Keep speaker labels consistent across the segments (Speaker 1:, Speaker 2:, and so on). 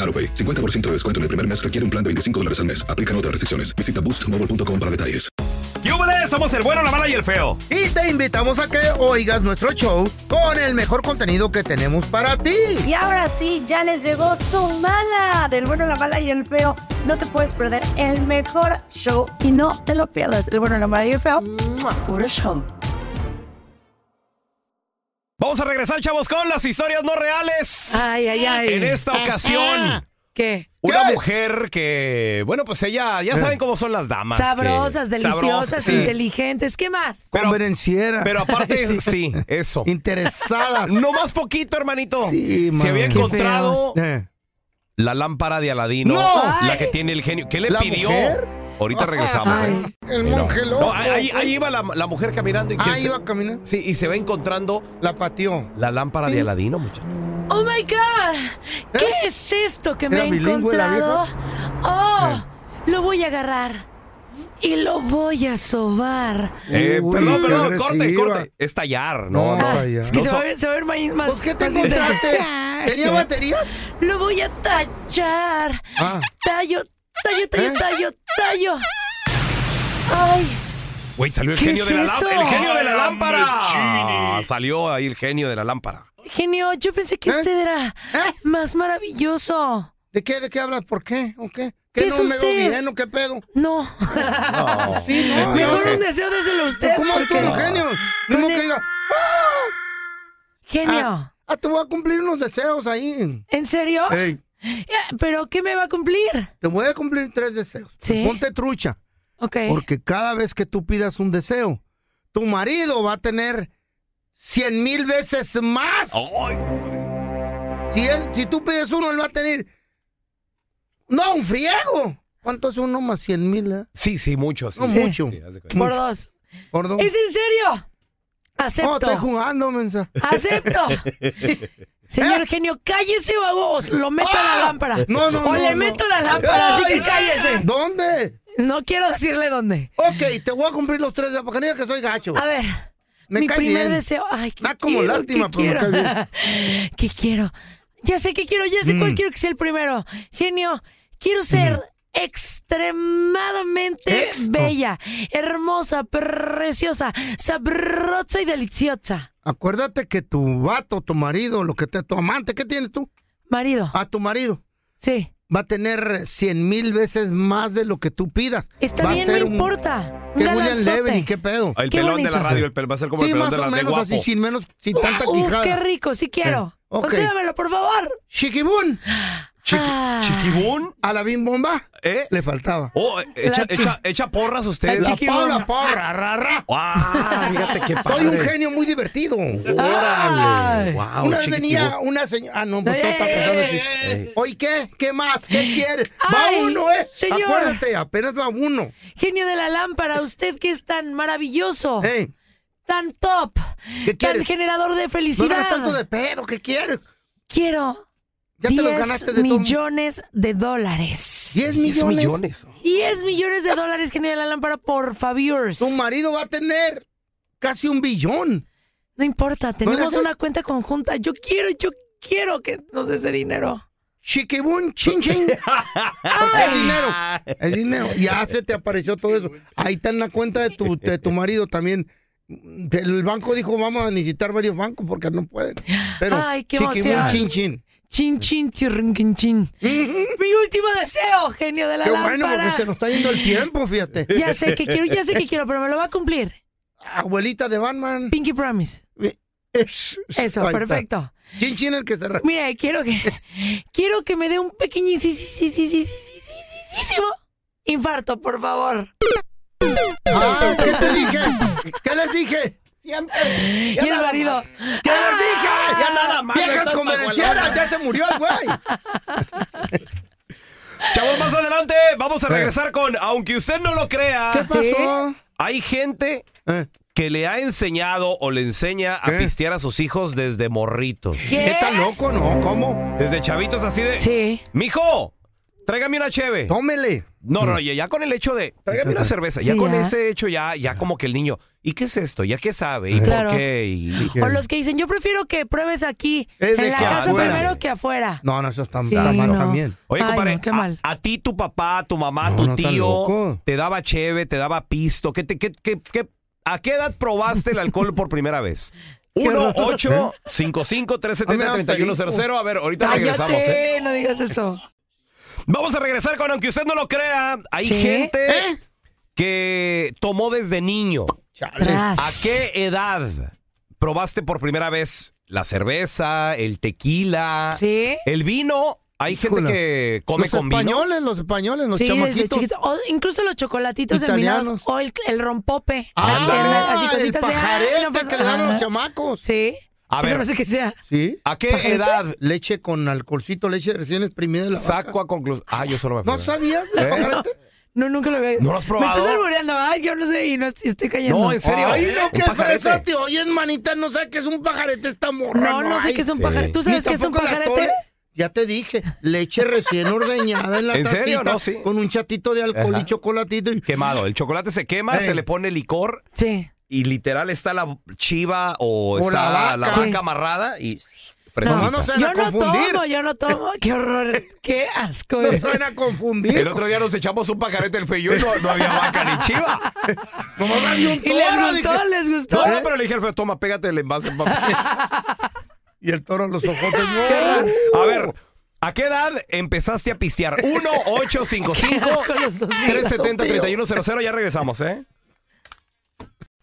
Speaker 1: AroPay. 50% de descuento en el primer mes requiere un plan de 25 dólares al mes. Aplican otras restricciones. Visita boostmobile.com para detalles.
Speaker 2: ¡Yúbele! Somos el bueno, la mala y el feo.
Speaker 3: Y te invitamos a que oigas nuestro show con el mejor contenido que tenemos para ti.
Speaker 4: Y ahora sí, ya les llegó su mala del bueno, la mala y el feo. No te puedes perder el mejor show y no te lo pierdas. El bueno, la mala y el feo. ¡Mua! Puro show.
Speaker 2: Vamos a regresar, chavos, con las historias no reales.
Speaker 5: Ay, ay, ay.
Speaker 2: En esta ocasión,
Speaker 5: ¿Qué?
Speaker 2: una
Speaker 5: ¿Qué?
Speaker 2: mujer que, bueno, pues ella,
Speaker 3: Eh.
Speaker 2: ya saben cómo son las damas. que-
Speaker 5: Sabrosas, deliciosas,
Speaker 2: sí.
Speaker 5: inteligentes. ¿Qué más?
Speaker 2: Pero-
Speaker 3: Convenenciera.
Speaker 2: Pero aparte, sí. eso.
Speaker 3: Interesadas.
Speaker 2: No más poquito, hermanito.
Speaker 3: Sí,
Speaker 2: Se había
Speaker 3: mami.
Speaker 2: encontrado
Speaker 3: Eh.
Speaker 2: la lámpara de Aladino,
Speaker 3: ¡No!
Speaker 2: la que tiene el genio. ¿Qué le
Speaker 3: ¿La
Speaker 2: pidió?
Speaker 3: mujer?
Speaker 2: Ahorita regresamos.
Speaker 5: Ay.
Speaker 2: ¿eh?
Speaker 3: El
Speaker 2: Mira.
Speaker 3: monje loco.
Speaker 2: No, ahí, ahí iba la, la mujer caminando y que
Speaker 3: Ah,
Speaker 2: se-
Speaker 3: iba caminando.
Speaker 2: sí, y se va encontrando
Speaker 3: La pateó.
Speaker 2: la lámpara de Aladino, muchachos.
Speaker 5: ¡Oh, my God! ¿Qué es esto que me
Speaker 3: ¿Eh? ¿Era
Speaker 5: he
Speaker 3: bilingüe la Eh.
Speaker 5: encontrado? ¡Oh! Lo voy a agarrar y lo voy a sobar.
Speaker 2: Eh,
Speaker 3: Uy,
Speaker 2: perdón,
Speaker 3: qué
Speaker 2: perdón, corte,
Speaker 3: agresiva.
Speaker 2: corte. Es tallar, ¿no?
Speaker 3: No,
Speaker 2: no.
Speaker 3: Ah, ya.
Speaker 5: es que
Speaker 2: No,
Speaker 5: se, va
Speaker 2: so-
Speaker 5: a ver, se va a ver más...
Speaker 3: ¿Por qué te
Speaker 5: más interesante.
Speaker 3: encontraste? ¿Tenía baterías?
Speaker 5: Lo voy a tachar.
Speaker 3: Ah.
Speaker 5: Tallo, tallo, tallo,
Speaker 3: ¿Eh?
Speaker 5: tallo, tallo. Ay,
Speaker 2: Güey, salió el
Speaker 5: ¿Qué
Speaker 2: genio,
Speaker 5: es
Speaker 2: de la,
Speaker 5: eso?
Speaker 2: lámpara. el genio de la
Speaker 5: Ay,
Speaker 2: lámpara. Ah, Salió ahí el genio de la lámpara.
Speaker 5: genio, yo pensé que
Speaker 3: ¿Eh?
Speaker 5: este era
Speaker 3: ¿Eh?
Speaker 5: más maravilloso.
Speaker 3: ¿De qué, de qué hablas? ¿Por qué? ¿O qué?
Speaker 5: ¿Qué
Speaker 3: ¿Qué
Speaker 5: es
Speaker 3: no me veo
Speaker 5: usted?
Speaker 3: bien o qué pedo?
Speaker 5: No.
Speaker 3: Sí, no.
Speaker 5: Mejor
Speaker 2: ok.
Speaker 5: un deseo déselo a usted.
Speaker 3: ¿Cómo
Speaker 5: porque-
Speaker 3: actúa un genio? Mismo
Speaker 5: Con
Speaker 3: que
Speaker 5: el-
Speaker 3: diga,
Speaker 5: Genio,
Speaker 3: ah, ah, te voy a cumplir unos deseos ahí.
Speaker 5: ¿en serio?
Speaker 3: Ey,
Speaker 5: Ya, ¿Pero qué me va a cumplir?
Speaker 3: te voy a cumplir tres deseos.
Speaker 5: ¿Sí?
Speaker 3: Ponte trucha,
Speaker 5: Ok.
Speaker 3: porque cada vez que tú pidas un deseo, tu marido va a tener cien mil veces más. Si, él, si tú pides uno, él va a tener... No, un friego. ¿Cuánto es uno más cien mil? eh?
Speaker 2: Sí, sí, mucho. sí,
Speaker 3: No,
Speaker 2: sí.
Speaker 3: mucho.
Speaker 2: Sí, haz de cuenta.
Speaker 5: Por dos.
Speaker 3: Gordo.
Speaker 5: ¿Es en serio?
Speaker 3: Ah, No, Oh, estoy
Speaker 5: Acepto.
Speaker 3: jugando, mensa.
Speaker 5: Acepto. Señor genio, cállese o hago- o lo meto a la
Speaker 3: ¡Ah!
Speaker 5: lámpara.
Speaker 3: No, no,
Speaker 5: O
Speaker 3: no,
Speaker 5: le
Speaker 3: no.
Speaker 5: meto la lámpara, así
Speaker 3: Ay,
Speaker 5: que cállese.
Speaker 3: ¿Dónde?
Speaker 5: No quiero decirle dónde.
Speaker 3: Ok, te voy a cumplir los tres de porque no digas que soy gacho.
Speaker 5: A ver.
Speaker 3: Me
Speaker 5: mi
Speaker 3: cae
Speaker 5: primer
Speaker 3: bien.
Speaker 5: deseo. Ay, ¿qué
Speaker 3: Da como
Speaker 5: quiero?
Speaker 3: lástima,
Speaker 5: ¿Qué
Speaker 3: pero me
Speaker 5: quiero? ¿Qué quiero? Ya sé qué quiero, ya sé
Speaker 3: Mm.
Speaker 5: cuál quiero que sea el primero. Genio, quiero ser extremadamente
Speaker 3: Ex-
Speaker 5: bella, hermosa, preciosa, sabrosa y deliciosa.
Speaker 3: Acuérdate que tu vato, tu marido, lo que te, tu amante, ¿qué tienes tú?
Speaker 5: Marido,
Speaker 3: A tu marido
Speaker 5: sí.
Speaker 3: va a tener cien mil veces más de lo que tú pidas.
Speaker 5: Está
Speaker 3: va
Speaker 5: bien,
Speaker 3: a
Speaker 5: no
Speaker 3: ser un-
Speaker 5: importa. Un
Speaker 3: Que William Levy,
Speaker 5: galanzote.
Speaker 3: qué pedo.
Speaker 2: El
Speaker 5: Qué
Speaker 2: pelón de la
Speaker 5: bonito.
Speaker 2: radio, el pel- va a ser como
Speaker 3: sí,
Speaker 2: el pelón
Speaker 3: más
Speaker 2: de la
Speaker 3: o
Speaker 2: de
Speaker 3: menos
Speaker 2: guapo.
Speaker 3: así, sin menos, sin tanta
Speaker 5: Uf, qué
Speaker 3: quijada.
Speaker 5: rico, sí quiero.
Speaker 3: Eh, ok.
Speaker 5: Concédamelo, por favor.
Speaker 3: Chiquibún,
Speaker 2: Chiqui-
Speaker 5: Ah.
Speaker 2: Chiquibún,
Speaker 3: a la bimbomba
Speaker 2: ¿eh?
Speaker 3: le faltaba.
Speaker 2: Oh, echa,
Speaker 5: La chi-
Speaker 2: echa- echa porras ustedes.
Speaker 3: La
Speaker 5: Chiquibún.
Speaker 3: Paula Porra, ra, ra.
Speaker 2: Ah, fíjate qué padre.
Speaker 3: Soy un genio muy divertido.
Speaker 2: Órale.
Speaker 5: Ay.
Speaker 2: Wow,
Speaker 3: una vez
Speaker 2: Chiquibún.
Speaker 3: venía una señora. Ah, no, pues
Speaker 5: Ey,
Speaker 3: todo está
Speaker 5: ey,
Speaker 3: pensando
Speaker 5: ey,
Speaker 3: así.
Speaker 2: ey.
Speaker 3: Oye, ¿qué? ¿Qué más? ¿Qué quieres?
Speaker 5: Ay,
Speaker 3: va uno, ¿eh?
Speaker 5: señor.
Speaker 3: Acuérdate, apenas va uno.
Speaker 5: Genio de la lámpara, usted que es tan maravilloso,
Speaker 3: Ey,
Speaker 5: tan top,
Speaker 3: ¿Qué
Speaker 5: tan
Speaker 3: quieres?
Speaker 5: generador de
Speaker 3: no me
Speaker 5: felicidad.
Speaker 3: hagas tanto de pero, ¿qué quieres?
Speaker 5: Quiero
Speaker 3: Ya te los ganaste de todo.
Speaker 5: millones de dólares.
Speaker 3: 10 millones.
Speaker 2: 10 millones.
Speaker 5: 10 millones de dólares, genio de la lámpara, por favor.
Speaker 3: Tu marido va a tener casi un billón.
Speaker 5: No importa, tenemos
Speaker 3: hace-
Speaker 5: una cuenta conjunta. Yo quiero, yo quiero que nos des ese dinero.
Speaker 3: Chiquibun, chin, chin. es dinero. Es dinero. Ya se te apareció todo eso. Ahí está en la cuenta de tu, de tu marido también. El banco dijo, vamos a necesitar varios bancos porque no pueden. Pero
Speaker 5: Ay, qué
Speaker 3: chiquibun,
Speaker 5: emoción.
Speaker 3: chin, chin.
Speaker 5: Chin, chin, chirrin, quin, chin. Mi último deseo, genio de la
Speaker 3: Qué bueno,
Speaker 5: lámpara.
Speaker 3: porque se nos está yendo el tiempo, fíjate.
Speaker 5: Ya sé que quiero, ya sé que quiero, pero me lo va a cumplir.
Speaker 3: Abuelita de Batman. Eh,
Speaker 5: Pinky Promise.
Speaker 3: Es-
Speaker 5: Eso,
Speaker 3: ahí está.
Speaker 5: perfecto.
Speaker 3: Chin, chin, el que se... re-
Speaker 5: Mira, quiero que quiero que me dé un pequeñísimo infarto, por favor.
Speaker 3: Ah, ¿qué te dije? ¿Qué les dije?
Speaker 5: Y el marido.
Speaker 3: ¿Qué
Speaker 5: ¡Ah!
Speaker 3: les dije? Ya nada más. Viejas convenencieras, ya se murió el güey.
Speaker 2: Chavos, más adelante vamos a regresar con, aunque usted no lo
Speaker 3: ¿Qué
Speaker 2: crea,
Speaker 3: pasó?
Speaker 2: hay gente
Speaker 3: Eh,
Speaker 2: que le ha enseñado o le enseña a
Speaker 3: ¿Qué?
Speaker 2: pistear a sus hijos desde morritos.
Speaker 3: ¿Qué
Speaker 5: ¿Qué?
Speaker 3: tan loco, no? ¿Cómo?
Speaker 2: Desde chavitos así de...
Speaker 5: Sí.
Speaker 2: Mijo, tráigame una cheve.
Speaker 3: Tómele. Mm.
Speaker 2: No, no, ya, ya con el hecho de... Tráigame una cerveza. ya
Speaker 5: Sí,
Speaker 2: con
Speaker 5: ya.
Speaker 2: ese hecho ya, ya como que el niño... ¿Y qué es esto? ¿Ya qué sabe? ¿Y
Speaker 5: Claro.
Speaker 2: por qué? Y-
Speaker 5: O los que dicen, yo prefiero que pruebes aquí,
Speaker 3: Es de
Speaker 5: en la
Speaker 3: que
Speaker 5: casa
Speaker 2: afuera.
Speaker 5: primero que afuera.
Speaker 3: No, no, eso está,
Speaker 5: Sí,
Speaker 3: está malo
Speaker 5: no.
Speaker 3: también.
Speaker 2: Oye,
Speaker 5: Ay,
Speaker 2: compadre,
Speaker 5: no, qué
Speaker 2: a-
Speaker 5: mal.
Speaker 2: A, ti tu papá, tu mamá,
Speaker 3: No,
Speaker 2: tu
Speaker 3: no, tan
Speaker 2: tío
Speaker 3: loco.
Speaker 2: te daba cheve, te daba pisto. ¿Qué te, qué, qué, qué- ¿A qué edad probaste el alcohol por primera vez?
Speaker 3: ¿eh?
Speaker 2: 1 8 55 370 3100 A ver, ahorita regresamos. ¿eh?
Speaker 5: Cállate, no digas eso.
Speaker 2: Vamos a regresar con, aunque usted no lo crea, hay
Speaker 5: Sí.
Speaker 2: gente que tomó desde niño.
Speaker 3: ¿Eh? Chale.
Speaker 5: Tras.
Speaker 2: ¿A qué edad probaste por primera vez la cerveza, el tequila,
Speaker 5: Sí.
Speaker 2: el vino? Hay gente
Speaker 3: Híjole.
Speaker 2: que come
Speaker 3: Los
Speaker 2: con vino.
Speaker 3: españoles, los españoles, los
Speaker 5: sí, desde
Speaker 3: chamaquitos.
Speaker 5: chiquito. O incluso los chocolatitos
Speaker 3: Italianos.
Speaker 5: envenenados o el, el rompope.
Speaker 3: Ah,
Speaker 5: Así
Speaker 3: el
Speaker 5: cositas de, ah,
Speaker 3: pajarete
Speaker 5: no pasa-
Speaker 3: que le dan a
Speaker 5: Ajá.
Speaker 3: los chamacos.
Speaker 5: Sí.
Speaker 2: A
Speaker 5: Eso
Speaker 2: ver.
Speaker 5: no sé qué sea.
Speaker 3: ¿Sí?
Speaker 2: ¿A qué edad
Speaker 3: Leche con alcoholcito, leche recién exprimida de la vaca.
Speaker 2: Saco a conclusión. Ah, yo solo me
Speaker 3: ¿No
Speaker 2: acuerdo.
Speaker 3: sabías de pajarete?
Speaker 5: No, nunca lo había
Speaker 2: ¿Eh? ¿No lo has probado?
Speaker 5: Me estás albureando. Ay, yo no sé y no estoy, estoy cayendo.
Speaker 2: No, en serio.
Speaker 3: Ay,
Speaker 2: ¿Eh?
Speaker 3: no,
Speaker 2: ¿Un
Speaker 3: qué
Speaker 2: pajarete?
Speaker 3: fresa te oyes, manita. No sabes qué es un pajarete esta morra.
Speaker 5: No, no sé
Speaker 3: hay.
Speaker 5: qué es un
Speaker 2: sí.
Speaker 5: pajarete. ¿Tú
Speaker 3: Ni
Speaker 5: sabes qué es un
Speaker 3: tampoco la
Speaker 5: pajarete?
Speaker 3: Tole. Ya te dije, leche recién ordeñada en la
Speaker 2: ¿En
Speaker 3: tacita,
Speaker 2: serio? No, sí.
Speaker 3: con un chatito de alcohol
Speaker 2: Ajá.
Speaker 3: y chocolatito. Y...
Speaker 2: Quemado. El chocolate se quema,
Speaker 3: Ey.
Speaker 2: se le pone licor
Speaker 5: Sí.
Speaker 2: y literal está la chiva o,
Speaker 3: O
Speaker 2: está
Speaker 3: la
Speaker 2: la vaca,
Speaker 3: vaca.
Speaker 5: Sí.
Speaker 2: amarrada y
Speaker 3: No,
Speaker 2: fresquita.
Speaker 3: no se van
Speaker 5: Yo
Speaker 3: a
Speaker 5: no
Speaker 3: confundir.
Speaker 5: tomo, yo no tomo. Qué horror. Qué asco.
Speaker 3: No se van a confundir.
Speaker 2: El otro día nos echamos un pajarete el feo y no, no había vaca ni chiva.
Speaker 3: Nomás había un
Speaker 5: Y les
Speaker 3: toro,
Speaker 5: gustó,
Speaker 3: dije.
Speaker 5: les
Speaker 2: No,
Speaker 5: gustó.
Speaker 2: no, pero le dije al feo, toma, pégate el envase. papá.
Speaker 3: Y el toro los ojos. no.
Speaker 2: A ver, ¿a qué edad empezaste a pistear? 1
Speaker 5: Qué asco los dos.
Speaker 2: 370 3100 Ya regresamos, ¿eh?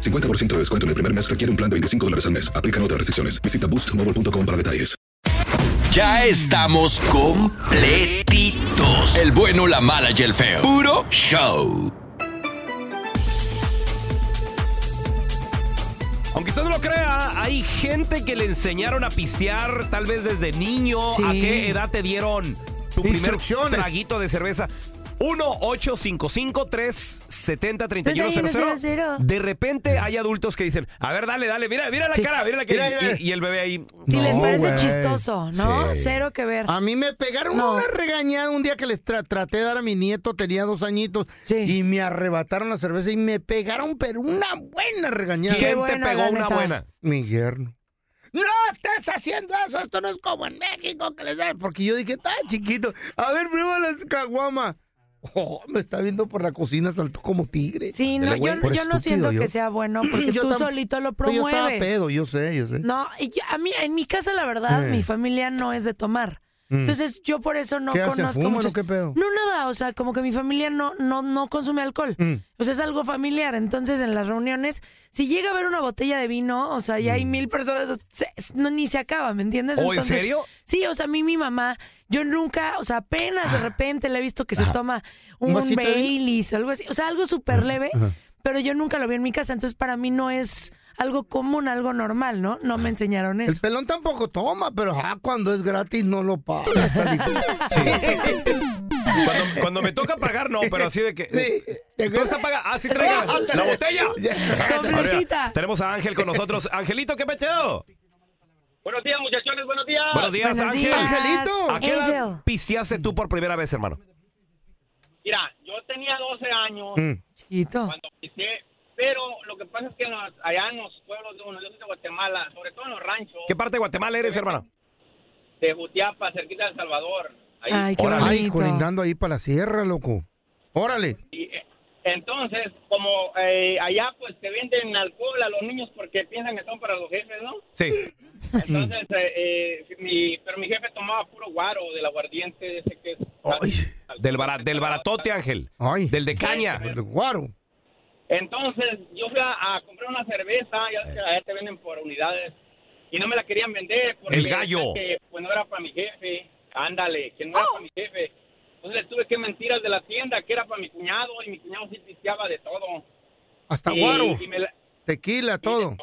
Speaker 1: 50% de descuento en el primer mes requiere un plan de 25 dólares al mes. Aplican otras restricciones. Visita boostmobile.com para detalles.
Speaker 6: Ya estamos completitos. El bueno, la mala y el feo. Puro show.
Speaker 2: Aunque usted no lo crea, hay gente que le enseñaron a pistear tal vez desde niño.
Speaker 5: Sí.
Speaker 2: ¿A qué edad te dieron tu primer
Speaker 3: Instrucciones.
Speaker 2: traguito de cerveza?
Speaker 5: 3100.
Speaker 2: 1-855-370-3100. De repente hay adultos que dicen, a ver, dale, dale, mira, mira la
Speaker 5: Sí.
Speaker 2: cara, mira la cara.
Speaker 3: Mira,
Speaker 2: Y-
Speaker 3: mira.
Speaker 2: Y, y el bebé ahí.
Speaker 5: Si
Speaker 3: No,
Speaker 5: les parece
Speaker 3: güey.
Speaker 5: chistoso, ¿no?
Speaker 2: Sí.
Speaker 5: Cero que ver.
Speaker 3: A mí me pegaron
Speaker 5: No.
Speaker 3: una regañada un día que les tra- traté de dar a mi nieto, tenía dos añitos,
Speaker 5: Sí.
Speaker 3: y me arrebataron la cerveza y me pegaron, pero una buena regañada.
Speaker 2: ¿Quién te
Speaker 5: bueno,
Speaker 2: pegó
Speaker 5: la
Speaker 2: una
Speaker 5: neta.
Speaker 2: buena?
Speaker 3: Mi yerno. ¡No estás haciendo eso! Esto no es como en México que les dan. Porque yo dije, está chiquito. A ver, prueba las caguama. Oh, me está viendo por la cocina, saltó como tigre.
Speaker 5: Sí, no,
Speaker 3: Dele,
Speaker 5: yo,
Speaker 3: güey, por
Speaker 5: yo no
Speaker 3: estúpido
Speaker 5: siento
Speaker 3: yo.
Speaker 5: que sea bueno porque
Speaker 3: Yo
Speaker 5: tú
Speaker 3: tam-
Speaker 5: solito lo
Speaker 3: Pero Yo estaba
Speaker 5: promueves.
Speaker 3: pedo, yo sé, yo sé.
Speaker 5: No, y yo- a mí, en mi casa, la verdad,
Speaker 3: Eh. Mm.
Speaker 5: mi familia no es de tomar. Entonces, yo por eso no
Speaker 3: ¿Qué hacen?
Speaker 5: conozco
Speaker 3: ¿Fuman o
Speaker 5: muchos-
Speaker 3: qué pedo?
Speaker 5: No, nada, o sea, como que mi familia no, no, no consume alcohol.
Speaker 3: Mm.
Speaker 5: O sea, es algo familiar. Entonces, en las reuniones, si llega a haber una botella de vino, o sea, ya
Speaker 3: Mm.
Speaker 5: hay mil personas, se- no, ni se acaba, ¿me entiendes?
Speaker 2: ¿O ¿Oh, en serio?
Speaker 5: Sí, o sea, a mí, mi mamá, yo nunca, o sea, apenas de repente le he visto que se toma un
Speaker 3: Ah. vasito de vino?
Speaker 5: Baileys o algo así, o sea, algo súper leve, pero yo nunca lo vi en mi casa, entonces para mí no es algo común, algo normal, ¿no? No me enseñaron
Speaker 3: El
Speaker 5: eso.
Speaker 3: pelón tampoco toma, pero ah, cuando es gratis no lo paga. Salico.
Speaker 2: Cuando, cuando me toca pagar, no, pero así de que.
Speaker 3: Sí.
Speaker 2: ¿Tú estás pagando? Ah, sí, traiga
Speaker 3: Sí.
Speaker 2: la botella.
Speaker 5: Completita.
Speaker 2: Ahora, Tenemos a Ángel con nosotros. Angelito, ¿qué peteo?
Speaker 7: Buenos días, muchachones, buenos días.
Speaker 2: Buenos días,
Speaker 5: Buenos
Speaker 2: Ángel.
Speaker 5: días.
Speaker 3: Angelito.
Speaker 2: ¿A qué edad
Speaker 5: Angel.
Speaker 2: pisteaste tú por primera vez, hermano?
Speaker 7: Mira, yo tenía 12 años
Speaker 2: Mm.
Speaker 3: Mm.
Speaker 5: Chiquito.
Speaker 7: cuando pisé, pero lo que pasa es que en los- allá en los pueblos de uno, yo soy de Guatemala, sobre todo en los ranchos,
Speaker 2: ¿Qué parte de Guatemala eres, hermano?
Speaker 7: de Jutiapa, cerquita de El Salvador. Ahí.
Speaker 5: Ay, qué
Speaker 2: Órale.
Speaker 3: Ay,
Speaker 5: bonito.
Speaker 3: colindando ahí para la sierra, loco. Órale.
Speaker 7: Y, eh, entonces, como eh, allá pues te venden alcohol a los niños porque piensan que son para los jefes, ¿no?
Speaker 2: Sí.
Speaker 7: Entonces, eh, eh, mi, pero mi jefe tomaba puro guaro del aguardiente ese que es...
Speaker 3: Ay.
Speaker 2: Del, bara- del baratote, Ángel.
Speaker 3: Ay.
Speaker 2: Del de caña.
Speaker 3: Del guaro.
Speaker 7: Entonces yo fui a, a comprar una cerveza, ya ves que allá te venden por unidades, y no me la querían vender porque
Speaker 2: El gallo.
Speaker 7: decían que, pues no era para mi jefe, ándale, que no era para mi jefe. Entonces le tuve que mentir al de la tienda que era para mi cuñado y mi cuñado sí pisteaba de todo.
Speaker 3: Hasta
Speaker 7: Y-
Speaker 3: guaro.
Speaker 7: y me la,
Speaker 3: Tequila, todo.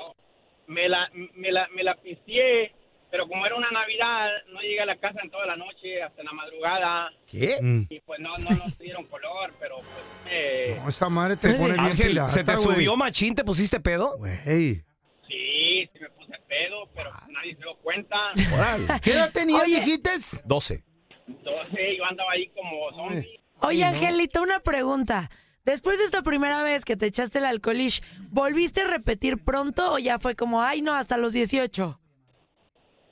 Speaker 7: me la, me la, me la pisteé, pero como era una Navidad, no llegué a la casa en toda la noche, hasta la madrugada,
Speaker 2: ¿Qué?
Speaker 3: Mm.
Speaker 7: y pues no, no nos dieron color, pero pues... eh,
Speaker 3: No, Oh, esa madre te
Speaker 5: Sí.
Speaker 3: pone bien
Speaker 2: Ángel,
Speaker 3: pirata,
Speaker 2: ¿se te
Speaker 3: güey.
Speaker 2: subió machín? ¿Te pusiste pedo?
Speaker 3: Güey.
Speaker 7: Sí, sí me puse pedo, pero nadie se dio cuenta.
Speaker 2: Órale.
Speaker 3: ¿Qué edad tenías,
Speaker 5: Ah. Oye.
Speaker 3: viejites?
Speaker 2: 12.
Speaker 7: Entonces yo andaba ahí como zombie.
Speaker 5: Oye, Angelito, una pregunta. Después de esta primera vez que te echaste el alcoholish, ¿volviste a repetir pronto o ya fue como, ay, no, hasta los 18?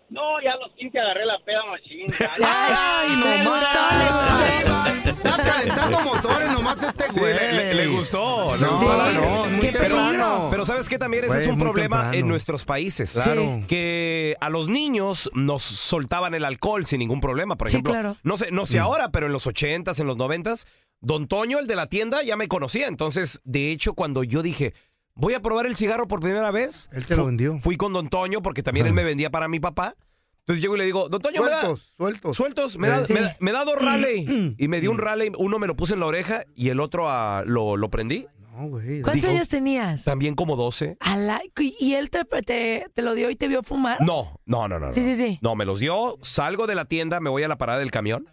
Speaker 7: No, ya a los 15 agarré la peda machín. ya.
Speaker 3: ¡Ay,
Speaker 5: le
Speaker 3: nomás!
Speaker 5: gustó, le gustó.
Speaker 3: Está calentando motores nomás este
Speaker 2: Sí,
Speaker 3: güey.
Speaker 2: le, le- le gustó. le
Speaker 3: No,
Speaker 2: gustó la-
Speaker 3: no, es muy
Speaker 5: qué
Speaker 3: temprano.
Speaker 5: peligro.
Speaker 2: Pero ¿sabes qué también? Ese
Speaker 3: Güey,
Speaker 2: es un
Speaker 3: muy
Speaker 2: problema en
Speaker 3: temprano.
Speaker 2: nuestros países.
Speaker 3: Claro. Sí.
Speaker 2: Que a los niños nos soltaban el alcohol sin ningún problema. Por
Speaker 5: Sí,
Speaker 2: ejemplo,
Speaker 5: claro.
Speaker 2: no sé, no sé
Speaker 3: Mm.
Speaker 2: ahora, pero en los 80s, en los 90s, Don Toño, el de la tienda, ya me conocía. Entonces, de hecho, cuando yo dije, voy a probar el cigarro por primera vez.
Speaker 3: Él te lo
Speaker 2: fu-
Speaker 3: vendió.
Speaker 2: Fui con Don Toño porque también él me vendía para mi papá. Entonces llego y le digo, Don Toño, me da-
Speaker 3: Sueltos, sueltos.
Speaker 2: Sueltos, me da,
Speaker 3: Sí. Mm.
Speaker 2: me da- me da dos rally. y me dio un rally, uno me lo puse en la oreja y el otro ah, lo, lo prendí.
Speaker 3: No, güey.
Speaker 5: ¿Cuántos
Speaker 2: Dijo-
Speaker 5: años tenías?
Speaker 2: También como 12.
Speaker 5: A la- ¿Y él te, te- te lo dio y te vio fumar?
Speaker 2: No, no, no, no.
Speaker 5: Sí,
Speaker 2: no.
Speaker 5: sí, sí.
Speaker 2: No, me los dio, salgo de la tienda, me voy a la parada del camión,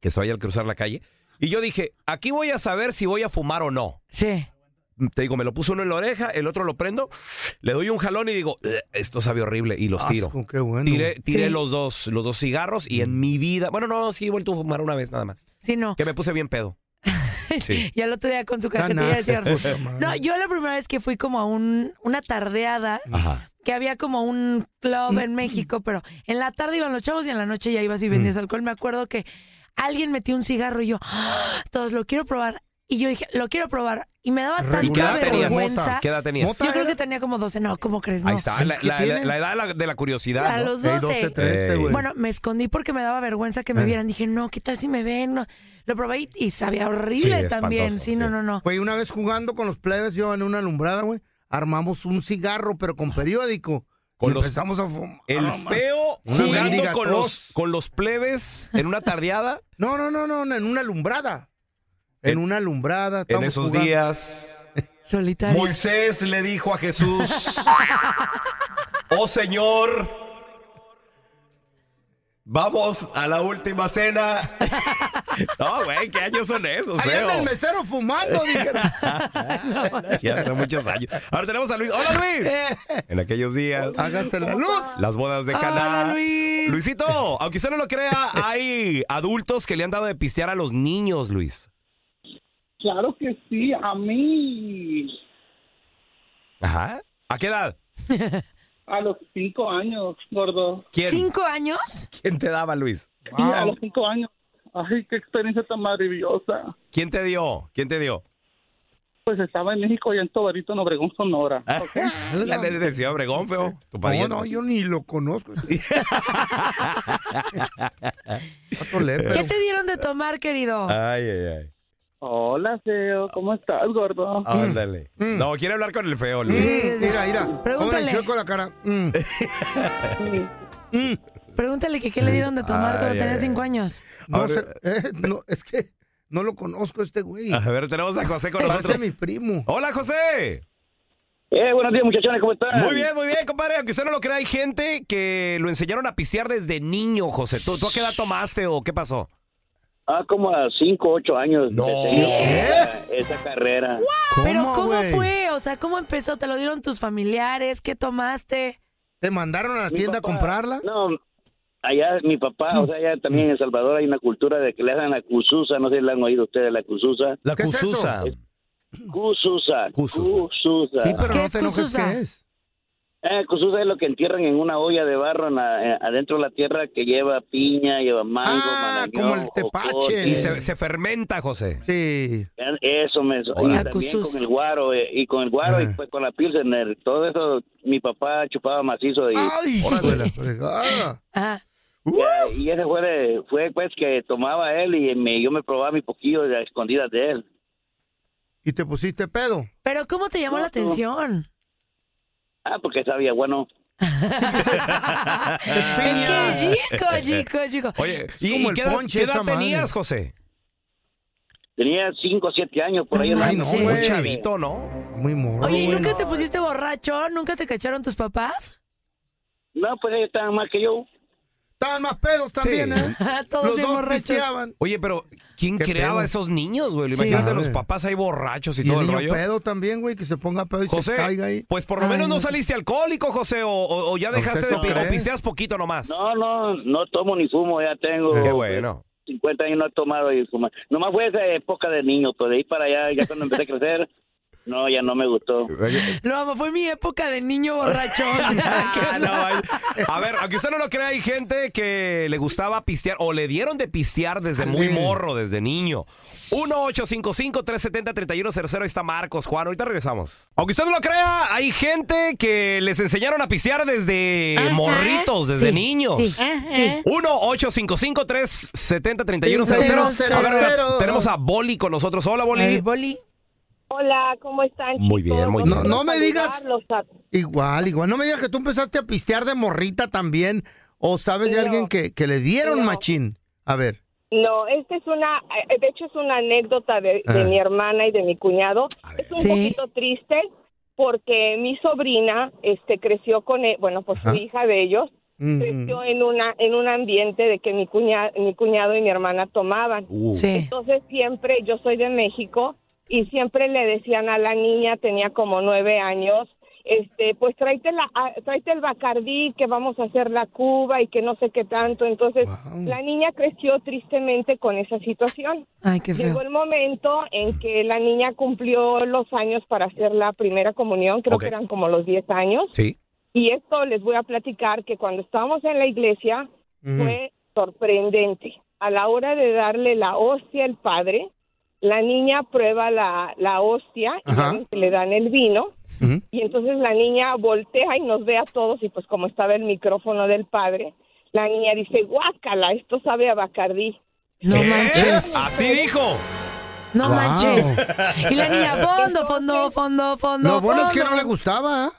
Speaker 2: que se vaya al cruzar la calle. Y yo dije, aquí voy a saber si voy a fumar o no.
Speaker 5: Sí.
Speaker 2: Te digo, me lo puso uno en la oreja, el otro lo prendo, le doy un jalón y digo, "Ugh, esto sabe horrible, y los tiro.
Speaker 3: Asco, qué bueno. Mm.
Speaker 2: Tiré, tiré
Speaker 5: Sí.
Speaker 2: los dos, los dos cigarros y en mi vida, bueno, no, sí he vuelto a fumar una vez nada más.
Speaker 5: Sí, no.
Speaker 2: Que me puse bien pedo. Sí.
Speaker 5: Y al otro día con su
Speaker 3: Tan
Speaker 5: cajetilla de
Speaker 3: ácido,
Speaker 5: cierre.
Speaker 3: puta madre.
Speaker 5: No, yo la primera vez que fui como a un, una tardeada,
Speaker 2: Ajá.
Speaker 5: que había como un club en México, pero en la tarde iban los chavos y en la noche ya ibas y
Speaker 2: Mm.
Speaker 5: vendías alcohol. Me acuerdo que alguien metió un cigarro y yo, "Ah, todos lo quiero probar. Y yo dije, lo quiero probar. Y me daba
Speaker 3: ¿Y
Speaker 2: ¿Y qué
Speaker 5: tanta
Speaker 2: edad tenías?
Speaker 5: vergüenza.
Speaker 2: ¿Qué edad tenías?
Speaker 3: Mota.
Speaker 5: Yo creo que tenía como 12. No, ¿cómo crees? No.
Speaker 2: Ahí está,
Speaker 3: Ay,
Speaker 2: la,
Speaker 3: ¿qué
Speaker 2: la-
Speaker 3: tiene?
Speaker 2: la edad de la, de la curiosidad.
Speaker 5: A
Speaker 2: ¿no?
Speaker 5: los
Speaker 3: Ey,
Speaker 5: 12.
Speaker 3: 12, 13,
Speaker 2: Ey.
Speaker 3: güey.
Speaker 5: Bueno, me escondí porque me daba vergüenza que me
Speaker 3: Eh.
Speaker 5: vieran. Dije, no, ¿qué tal si me ven? No. Lo probé y, y sabía horrible
Speaker 2: Sí,
Speaker 5: también.
Speaker 2: espantoso,
Speaker 5: Sí, no,
Speaker 2: sí.
Speaker 5: no, no.
Speaker 3: Güey, una vez jugando con los plebes, yo en una alumbrada, güey, armamos un cigarro, pero con periódico.
Speaker 2: Con
Speaker 3: y
Speaker 2: los-
Speaker 3: empezamos a fumar.
Speaker 2: El feo
Speaker 3: Una
Speaker 2: jugando
Speaker 3: mendiga
Speaker 2: con
Speaker 3: tos.
Speaker 2: los, con los plebes en una tardeada.
Speaker 3: No, no, no, no, en una alumbrada. En,
Speaker 2: En-
Speaker 3: una
Speaker 2: en
Speaker 3: alumbrada. estábamos
Speaker 2: esos
Speaker 3: jugando.
Speaker 2: días,
Speaker 5: Solitario.
Speaker 2: Moisés le dijo a Jesús, oh Señor, vamos a la última cena. No, güey, ¿qué años son esos,
Speaker 3: Ahí anda el
Speaker 2: feo?
Speaker 3: mesero fumando, dijeron.
Speaker 2: Ya hace muchos años. Ahora tenemos a Luis. ¡Hola, Luis! En aquellos días,
Speaker 3: Hágase la Eh, luz.
Speaker 2: las bodas de Caná.
Speaker 5: Hola, Luis.
Speaker 2: Luisito, aunque usted no lo crea, hay adultos que le han dado de pistear a los niños, Luis.
Speaker 8: Claro que sí, a mí,
Speaker 2: Ajá. ¿A qué edad?
Speaker 8: a los cinco años, gordo.
Speaker 2: ¿Quién?
Speaker 5: ¿Cinco años?
Speaker 2: ¿Quién te daba, Luis?
Speaker 8: Sí, a los cinco años. Ay, qué experiencia tan maravillosa.
Speaker 2: ¿Quién te dio? ¿Quién te dio?
Speaker 8: Pues estaba en México y en Tobarito, en Obregón, Sonora.
Speaker 2: Ah. La de de Ciudad Obregón, feo. Tu
Speaker 3: No,
Speaker 2: pariente.
Speaker 3: no, yo ni lo conozco. Vato leve,
Speaker 5: ¿Qué
Speaker 3: pero-
Speaker 5: te dieron de tomar, querido?
Speaker 2: Ay, eh, ay, ay.
Speaker 8: Hola, Seo, ¿cómo estás, gordo?
Speaker 3: Mm.
Speaker 2: Ándale. No, quiere hablar con el feo, Luis.
Speaker 5: Sí, sí, sí.
Speaker 3: Mira, mira.
Speaker 5: Pregúntale.
Speaker 3: Pregúntale. chueco la cara. Mm.
Speaker 5: Mm. Pregúntale que qué le dieron de tomar
Speaker 2: Ay,
Speaker 5: cuando
Speaker 2: ay,
Speaker 5: tenía
Speaker 2: ay.
Speaker 5: cinco años.
Speaker 3: No
Speaker 2: Ahora-
Speaker 3: sé, eh, no, es que no lo conozco este güey.
Speaker 2: A ver, tenemos a José con
Speaker 3: Parece
Speaker 2: nosotros.
Speaker 3: mi primo.
Speaker 2: Hola, José.
Speaker 8: Eh, buenos días, muchachones, ¿cómo están?
Speaker 2: Muy bien, muy bien, compadre. Aunque usted no lo crea, hay gente que lo enseñaron a pistear desde niño, José. ¿Tú, tú a qué edad tomaste o qué pasó?
Speaker 8: Ah, como a cinco, ocho años.
Speaker 2: No.
Speaker 8: empecé
Speaker 2: ¿Qué?
Speaker 8: esa- Esa carrera.
Speaker 5: Pero ¿cómo
Speaker 3: güey?
Speaker 5: fue? O sea, ¿cómo empezó? ¿Te lo dieron tus familiares? ¿Qué tomaste?
Speaker 3: ¿Te mandaron a la
Speaker 8: Mi
Speaker 3: tienda
Speaker 8: papá-
Speaker 3: a comprarla?
Speaker 8: No, allá mi papá, o sea, allá también en El Salvador hay una cultura de que le hacen la cususa, no sé si la han oído ustedes, la cususa.
Speaker 2: La
Speaker 3: ¿Qué es
Speaker 2: cususa.
Speaker 8: Cususa,
Speaker 2: Cususa.
Speaker 8: cususa.
Speaker 3: Sí, pero
Speaker 5: ¿Qué
Speaker 3: no
Speaker 5: es
Speaker 3: te enojes
Speaker 5: Cususa?
Speaker 3: qué es.
Speaker 8: Eh, cususa es lo que entierran en una olla de barro en la- eh, adentro de la tierra que lleva piña, lleva mango,
Speaker 3: Ah,
Speaker 8: marañón,
Speaker 3: como el tepache.
Speaker 8: jocote.
Speaker 2: Y se, se fermenta, José.
Speaker 3: Sí.
Speaker 8: Eh, Eso me
Speaker 2: Órale.
Speaker 8: y
Speaker 5: La
Speaker 8: también
Speaker 5: cususa.
Speaker 8: con el guaro eh, y con el guaro
Speaker 3: Ah.
Speaker 8: y pues con la pilsener, todo eso mi papá chupaba macizo y
Speaker 3: Ay, hijo de la fregada. Uh.
Speaker 5: Ajá.
Speaker 8: Ya, Y ese fue, de- fue pues que tomaba él y me, yo me probaba mi poquillo de a escondidas de él.
Speaker 3: ¿Y te pusiste pedo?
Speaker 5: Pero ¿cómo te llamó la atención?
Speaker 8: Ah, porque sabía, bueno,
Speaker 5: ¡Qué rico, chico, chico!
Speaker 2: Oye,
Speaker 3: Es
Speaker 2: ¿y,
Speaker 3: como
Speaker 2: y
Speaker 3: el
Speaker 2: qué edad,
Speaker 3: ponche
Speaker 2: qué
Speaker 3: esa
Speaker 2: edad
Speaker 3: madre.
Speaker 2: tenías, José?
Speaker 8: tenía 5 o 7 años por ahí. en la-
Speaker 3: Ay, no,
Speaker 5: Sí.
Speaker 2: Muy
Speaker 3: güey.
Speaker 2: chavito, ¿no?
Speaker 3: Muy morro.
Speaker 5: Oye, ¿y
Speaker 3: güey.
Speaker 5: nunca te pusiste borracho? ¿Nunca te cacharon tus papás?
Speaker 8: No, pues ellos estaban más que yo.
Speaker 3: Estaban más pedos también,
Speaker 2: Sí.
Speaker 3: ¿eh?
Speaker 5: Todos
Speaker 3: Los
Speaker 5: bien
Speaker 3: dos
Speaker 5: borrachos.
Speaker 3: pisteaban.
Speaker 2: Oye, pero ¿quién
Speaker 3: Qué
Speaker 2: creaba
Speaker 3: pedo.
Speaker 2: a esos niños, güey?
Speaker 5: Sí.
Speaker 2: Imagínate
Speaker 3: Madre.
Speaker 2: los papás ahí borrachos y,
Speaker 3: Y
Speaker 2: todo
Speaker 3: el
Speaker 2: el
Speaker 3: niño
Speaker 2: rollo.
Speaker 3: pedo también, güey, que se ponga pedo y se caiga ahí.
Speaker 2: José, pues por lo menos no saliste alcohólico, José, o, o- o ya
Speaker 3: No,
Speaker 2: dejaste
Speaker 3: ¿usted
Speaker 2: de
Speaker 3: eso
Speaker 2: pi- o
Speaker 3: cree?
Speaker 2: pisteas poquito nomás.
Speaker 8: No, no, no tomo ni fumo, ya tengo
Speaker 2: Qué bueno.
Speaker 8: 50 años no he tomado y fumado. Nomás fue esa época de niño, pues de ahí para allá, ya cuando empecé a crecer, no, ya no me gustó.
Speaker 5: Lo amo, fue mi época de niño borracho. o sea,
Speaker 2: Ah,
Speaker 5: que
Speaker 2: no,
Speaker 5: no.
Speaker 2: ay. a ver, aunque usted no lo crea, hay gente que le gustaba pistear o le dieron de pistear desde muy morro, desde niño. 1-855-370-3100. Ahí está Marcos, Juan. Ahorita regresamos. Aunque usted no lo crea, hay gente que les enseñaron a pistear desde morritos, desde niños.
Speaker 5: Sí.
Speaker 2: 1-855-370-3100. A ver, Tenemos a Boli con nosotros. Hola, Boli.
Speaker 5: Boli.
Speaker 9: Hola, ¿cómo están?
Speaker 2: Muy bien, muy
Speaker 3: No,
Speaker 2: bien.
Speaker 3: no me digas.
Speaker 9: Saludarlos a-
Speaker 3: Igual, igual. No me digas que tú empezaste a pistear de morrita también. O sabes de
Speaker 9: No.
Speaker 3: alguien que, que le dieron
Speaker 9: No.
Speaker 3: machín. A ver.
Speaker 9: No, esta es una, eh, de hecho es una anécdota de, de
Speaker 3: Ah.
Speaker 9: mi hermana y de mi cuñado.
Speaker 2: A ver.
Speaker 9: Es un
Speaker 5: Sí.
Speaker 9: poquito triste porque mi sobrina, este, creció con, e- bueno, pues
Speaker 3: Ajá.
Speaker 9: su hija de ellos
Speaker 3: Mm.
Speaker 9: creció en una, en un ambiente de que mi cuñado, mi cuñado y mi hermana tomaban.
Speaker 2: Uh,
Speaker 5: Sí.
Speaker 9: Entonces siempre, yo soy de México y siempre le decían a la niña, tenía como nueve años, este, pues tráete, la, a- tráete el bacardí que vamos a hacer la cuba y que no sé qué tanto. Entonces
Speaker 3: Wow.
Speaker 9: la niña creció tristemente con esa situación.
Speaker 5: Ay, qué
Speaker 9: Llegó
Speaker 5: feo.
Speaker 9: el momento en que la niña cumplió los años para hacer la primera comunión, creo
Speaker 2: Ok.
Speaker 9: que eran como los 10 años.
Speaker 2: Sí.
Speaker 9: Y esto les voy a platicar que cuando estábamos en la iglesia,
Speaker 3: Ujú.
Speaker 9: fue sorprendente. A la hora de darle la hostia al padre, la niña prueba la, la hostia y
Speaker 3: Ajá.
Speaker 9: ya ven que le dan el vino.
Speaker 3: Ujú.
Speaker 9: Y entonces la niña voltea y nos ve a todos y pues como estaba el micrófono del padre, la niña dice, guácala, esto sabe a Bacardí.
Speaker 5: No
Speaker 2: ¿Eh?
Speaker 5: manches.
Speaker 2: Así dijo.
Speaker 5: No
Speaker 3: Wow.
Speaker 5: manches. Y la niña, fondo, fondo, fondo, fondo.
Speaker 3: Lo bueno es que no
Speaker 5: fondo.
Speaker 3: le gustaba. ¿ah?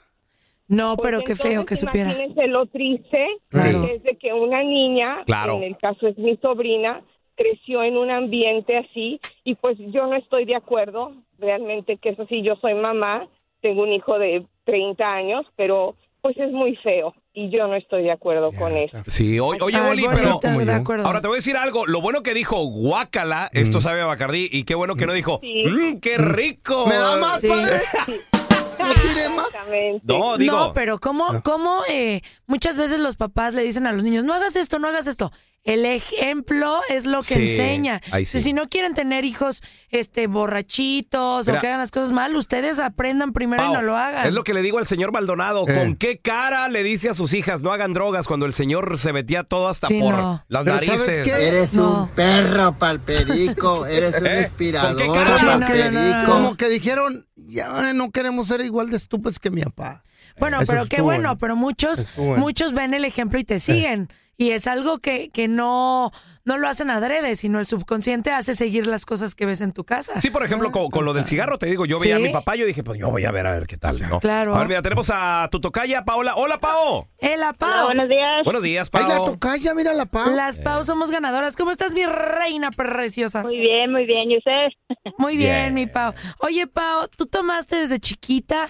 Speaker 5: No,
Speaker 9: Pues
Speaker 5: pero qué feo que
Speaker 9: entonces,
Speaker 5: supiera.
Speaker 9: Imagínense lo triste
Speaker 5: Claro.
Speaker 9: que es de que una niña,
Speaker 2: Claro.
Speaker 9: en el caso es mi sobrina, creció en un ambiente así y pues yo no estoy de acuerdo realmente que eso sí, yo soy mamá, tengo un hijo de 30 años, pero pues es muy feo y yo no estoy de acuerdo con eso.
Speaker 2: Sí, o- oye,
Speaker 9: Ay,
Speaker 2: Boli,
Speaker 9: Bolita,
Speaker 2: pero
Speaker 9: Como yo. de acuerdo.
Speaker 2: ahora te voy a decir algo. Lo bueno que dijo guácala,
Speaker 9: Mm.
Speaker 2: esto sabe a Bacardí, y qué bueno que no dijo,
Speaker 9: Sí.
Speaker 2: "Mm, qué rico.
Speaker 9: ¿Me da más, Sí. padre?
Speaker 2: No, digo- Ah.
Speaker 5: No, pero ¿cómo, cómo eh, muchas veces los papás le dicen a los niños, no hagas esto, no hagas esto? El ejemplo es lo que
Speaker 2: Sí,
Speaker 5: enseña.
Speaker 2: ahí sí.
Speaker 5: Si no quieren tener hijos este, borrachitos
Speaker 2: Mira.
Speaker 5: o que hagan las cosas mal, ustedes aprendan primero
Speaker 2: Pao,
Speaker 5: y no lo hagan.
Speaker 2: Es lo que le digo al señor
Speaker 10: Eh.
Speaker 2: Maldonado. ¿Con qué cara le dice a sus hijas no hagan drogas cuando el señor se metía todo hasta
Speaker 5: Sí,
Speaker 2: por
Speaker 5: no.
Speaker 2: las
Speaker 10: Pero
Speaker 2: narices?
Speaker 10: ¿sabes qué? Eres No. un perro palperico, eres
Speaker 2: ¿Eh?
Speaker 10: un
Speaker 3: ¿Con qué
Speaker 10: inspirador
Speaker 3: cara? Como que-
Speaker 10: palperico.
Speaker 3: Como que dijeron, ya no queremos ser igual de estúpidos que mi papá.
Speaker 5: Bueno,
Speaker 3: Eso
Speaker 5: pero qué
Speaker 3: estuvo
Speaker 5: bueno,
Speaker 3: bueno.
Speaker 5: pero muchos,
Speaker 3: Estuvo bueno.
Speaker 5: muchos ven el ejemplo y te siguen. Y es algo que, que no, no lo hacen adrede, sino el subconsciente hace seguir las cosas que ves en tu casa.
Speaker 2: Sí, por ejemplo, con, con lo del cigarro, te digo, yo veía
Speaker 5: Sí.
Speaker 2: a mi papá, yo dije, pues yo voy a ver a ver qué tal, ¿no?
Speaker 5: Claro.
Speaker 2: A ver, mira, tenemos a tu tocaya, Paola. Hola, Pao.
Speaker 5: Hola, Eh, Pau.
Speaker 11: buenos días.
Speaker 2: Buenos días, Eh. Pao.
Speaker 3: tocaya, mira la Pau.
Speaker 5: Las Pau somos ganadoras. ¿Cómo estás, mi reina preciosa? Muy
Speaker 11: bien, muy bien. ¿Y usted?
Speaker 5: Muy bien, mi Pau. Oye, Pau, ¿tú tomaste desde chiquita?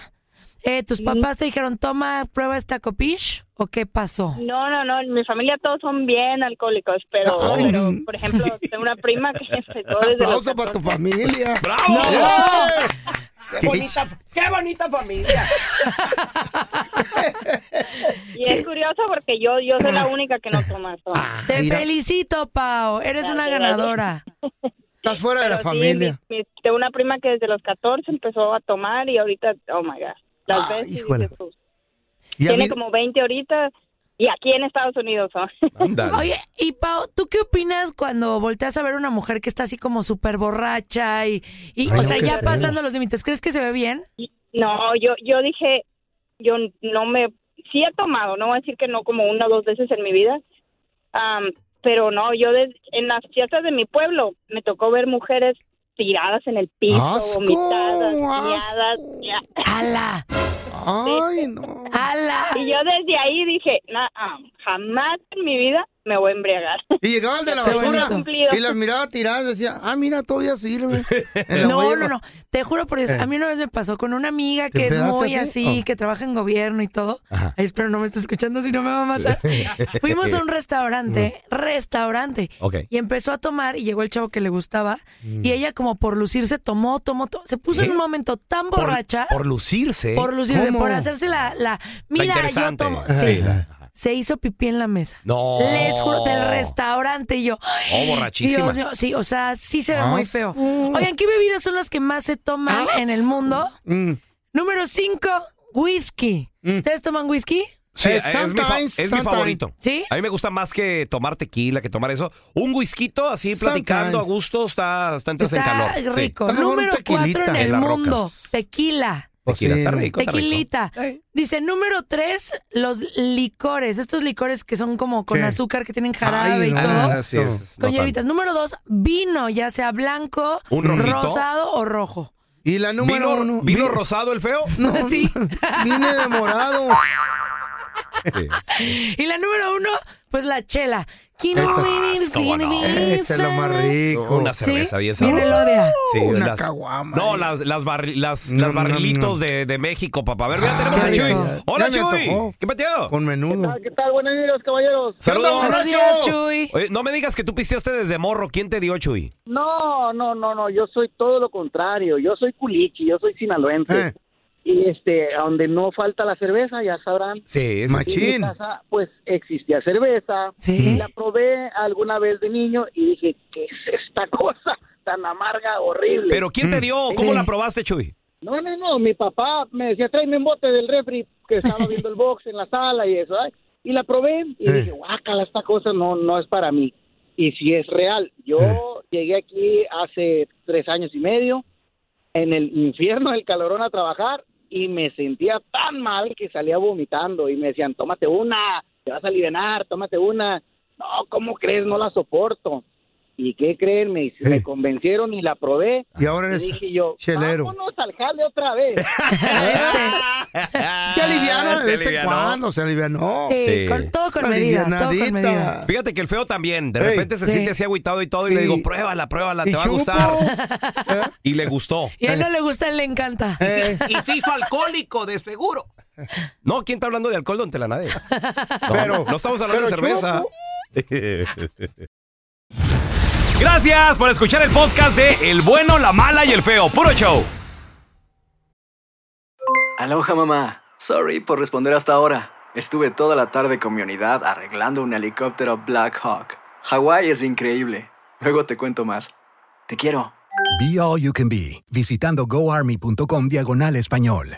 Speaker 5: Eh, ¿Tus papás te dijeron, toma, prueba esta copish? ¿O qué pasó?
Speaker 11: No, no, no, en mi familia todos son bien alcohólicos, pero,
Speaker 3: Ah,
Speaker 11: pero, por ejemplo, tengo una prima que empezó desde los...
Speaker 3: Aplauso para tu familia.
Speaker 11: ¡Bravo!
Speaker 3: ¡Eh!
Speaker 11: Qué bonita-
Speaker 2: ¡Qué bonita familia!
Speaker 11: Y es curioso porque yo yo soy la única que no toma eso.
Speaker 3: Ah,
Speaker 5: Te felicito, Pau. Eres una
Speaker 11: Gracias,
Speaker 5: ganadora.
Speaker 3: Estás fuera de la
Speaker 11: Pero sí,
Speaker 3: familia.
Speaker 11: mi- mi- tengo una prima que desde los 14 empezó a tomar y ahorita, oh my God, las
Speaker 3: Ah,
Speaker 11: ves y dices,
Speaker 3: híjole.
Speaker 11: "Uf".
Speaker 3: Y a
Speaker 11: tiene
Speaker 3: mí-
Speaker 11: como 20 ahorita y aquí en Estados Unidos son.
Speaker 5: Oye, y Pau, ¿tú qué opinas cuando volteas a ver a una mujer que está así como súper borracha y, y,
Speaker 11: Ay,
Speaker 5: o
Speaker 11: no,
Speaker 5: sea,
Speaker 11: qué
Speaker 5: ya
Speaker 11: feo.
Speaker 5: pasando los límites? ¿Crees que se ve bien?
Speaker 11: No, yo, yo dije, yo no me, sí he tomado, no voy a decir que no como una o dos veces en mi vida, am, pero no, yo des- en las fiestas de mi pueblo me tocó ver mujeres tiradas en el piso,
Speaker 5: ¡Asco!
Speaker 11: vomitadas,
Speaker 5: ¡Asco!
Speaker 11: miadas.
Speaker 5: ¡Hala!
Speaker 3: ¡Ay, no!
Speaker 5: ¡Hala!
Speaker 11: Y yo desde ahí dije, nah, ah, jamás en mi vida me voy a embriagar.
Speaker 3: Y llegaba el de la
Speaker 11: Qué
Speaker 3: basura
Speaker 11: bonito.
Speaker 3: y las miraba tiradas y decía, ah, mira, todavía sirve. En la
Speaker 5: No,
Speaker 3: olla-
Speaker 5: no, no. Te juro por Dios.
Speaker 3: Eh.
Speaker 5: A mí una vez me pasó con una amiga
Speaker 3: ¿Te
Speaker 5: que es
Speaker 3: empedaste
Speaker 5: muy
Speaker 3: así?
Speaker 5: así,
Speaker 3: Oh.
Speaker 5: que trabaja en gobierno y todo. Ay, espero no me esté escuchando, si no me va a matar. Fuimos a un restaurante, restaurante.
Speaker 2: Ok. Mm.
Speaker 5: Y empezó a tomar y llegó el chavo que le gustaba. Y ella, como por lucirse, tomó, tomó, tomó. Se puso en un momento tan borracha.
Speaker 2: Por lucirse.
Speaker 5: Por lucirse,
Speaker 2: ¿Cómo?
Speaker 5: por hacerse la, la mira, yo
Speaker 2: interesante.
Speaker 5: tomo.
Speaker 2: Ajá.
Speaker 5: Sí.
Speaker 2: Sí, la-
Speaker 5: Se hizo pipí en la mesa.
Speaker 2: No.
Speaker 5: Les juro, del restaurante y yo.
Speaker 2: Oh, borrachísima. Ah,
Speaker 5: Dios mío, sí, o sea, sí se ve muy
Speaker 2: Asco.
Speaker 5: feo. Oigan, ¿qué bebidas son las que más se toman
Speaker 2: Ah,
Speaker 5: en el mundo?
Speaker 3: Mm.
Speaker 5: Número 5, whisky. ¿Ustedes toman whisky?
Speaker 2: Mm. Sí, es, mi fa- es mi favorito.
Speaker 5: ¿Sí?
Speaker 2: Eh, A mí me gusta más que tomar tequila, que tomar eso. Un whisky así platicando
Speaker 5: Sometimes.
Speaker 2: a gusto, está, está entras en
Speaker 5: Está
Speaker 2: calor. Sí.
Speaker 5: rico. Número 4 en el
Speaker 2: las
Speaker 5: mundo,
Speaker 2: rocas.
Speaker 5: tequila.
Speaker 2: Tequila, está rico, está rico.
Speaker 5: Tequilita. Dice, número tres, los licores. Estos licores que son como con
Speaker 2: ¿Qué?
Speaker 5: azúcar, que tienen jarabe
Speaker 2: Ay,
Speaker 5: y
Speaker 2: no.
Speaker 5: todo.
Speaker 2: Ah, sí, es- es- no
Speaker 5: con hierbitas. Número dos, vino, ya sea blanco,
Speaker 2: ¿Un rojito?
Speaker 5: rosado o rojo.
Speaker 3: Y la
Speaker 2: número ¿Vino, uno. ¿Vino rosado el feo?
Speaker 3: No,
Speaker 5: sí.
Speaker 3: Vine de morado.
Speaker 5: Y la número uno, pues la chela. Quino,
Speaker 2: Esa es-
Speaker 5: mini,
Speaker 2: ¿cómo
Speaker 5: sini,
Speaker 2: no?
Speaker 5: mini,
Speaker 3: Esa es lo más
Speaker 5: sana.
Speaker 3: rico.
Speaker 2: Una cerveza
Speaker 5: ¿Sí?
Speaker 2: bien
Speaker 5: Viene
Speaker 2: sabrosa.
Speaker 5: Lodea.
Speaker 2: Sí,
Speaker 3: Una
Speaker 2: las-
Speaker 3: caguama,
Speaker 2: No, las, las, barri- las, las barrilitos De, de México, papá. A ver, mira, tenemos a
Speaker 3: qué
Speaker 2: Chuy.
Speaker 3: rico.
Speaker 2: Hola,
Speaker 3: Ya me
Speaker 2: Chuy.
Speaker 3: antojó.
Speaker 2: ¿Qué pateado?
Speaker 3: Con menudo.
Speaker 12: ¿Qué tal? Buenos días, caballeros.
Speaker 2: Saludos.
Speaker 12: Buenos
Speaker 2: Oye, no me digas que tú pisteaste desde morro. ¿Quién te dio, Chuy?
Speaker 12: No, no, no, no, yo soy todo lo contrario. Yo soy culichi, yo soy sinaloense. Y este, a donde no falta la cerveza, ya sabrán.
Speaker 2: Sí,
Speaker 12: En mi casa, pues existía cerveza. La probé alguna vez de niño y dije, ¿qué es esta cosa tan amarga, horrible?
Speaker 2: ¿Pero quién te dio? ¿Cómo la probaste, Chuy?
Speaker 12: No, no, no, mi papá me decía, tráeme un bote del refri que estaba viendo el box en la sala y eso, ¿eh? Y la probé y
Speaker 13: Eh.
Speaker 12: dije, guácala, esta cosa no, no es para mí. Y si es real, yo llegué aquí hace tres años y medio en el infierno del calorón a trabajar y me sentía tan mal que salía vomitando y me decían, tómate una, te vas a aliviar, tómate una. No, ¿cómo crees? No la soporto. ¿Y qué creen? Me, me convencieron y la probé.
Speaker 3: Y ahora eres
Speaker 12: dije yo,
Speaker 3: chelero.
Speaker 12: vámonos al jale otra vez.
Speaker 3: Este, Es que aliviana
Speaker 2: Se
Speaker 3: de vez en
Speaker 2: alivianó.
Speaker 3: cuando, se alivianó.
Speaker 2: Sí, Sí. con-
Speaker 5: todo con medida, todo con
Speaker 3: Alivianadita.
Speaker 5: medida.
Speaker 2: Fíjate que el feo también. De
Speaker 3: Ey.
Speaker 2: repente se
Speaker 3: Sí.
Speaker 2: siente así agüitado y todo. Y
Speaker 3: Sí.
Speaker 2: le digo, pruébala, pruébala, te
Speaker 3: Y
Speaker 2: va a
Speaker 3: chupo.
Speaker 2: gustar. Y le gustó.
Speaker 5: Y a él no le gusta, a él le encanta.
Speaker 3: Eh.
Speaker 2: Y se hizo alcohólico, de seguro. No, ¿quién está hablando de alcohol, don Telanade? No,
Speaker 14: Pero-
Speaker 2: no estamos hablando de
Speaker 14: pero
Speaker 2: cerveza. Gracias por escuchar el podcast de El bueno, la mala y el feo. Puro show.
Speaker 13: Aloha mamá. Sorry por responder hasta ahora. Estuve toda la tarde con mi unidad arreglando un helicóptero Black Hawk. Hawái es increíble. Luego te cuento más. Te quiero.
Speaker 15: Be All You Can Be, visitando goarmy.com diagonal español.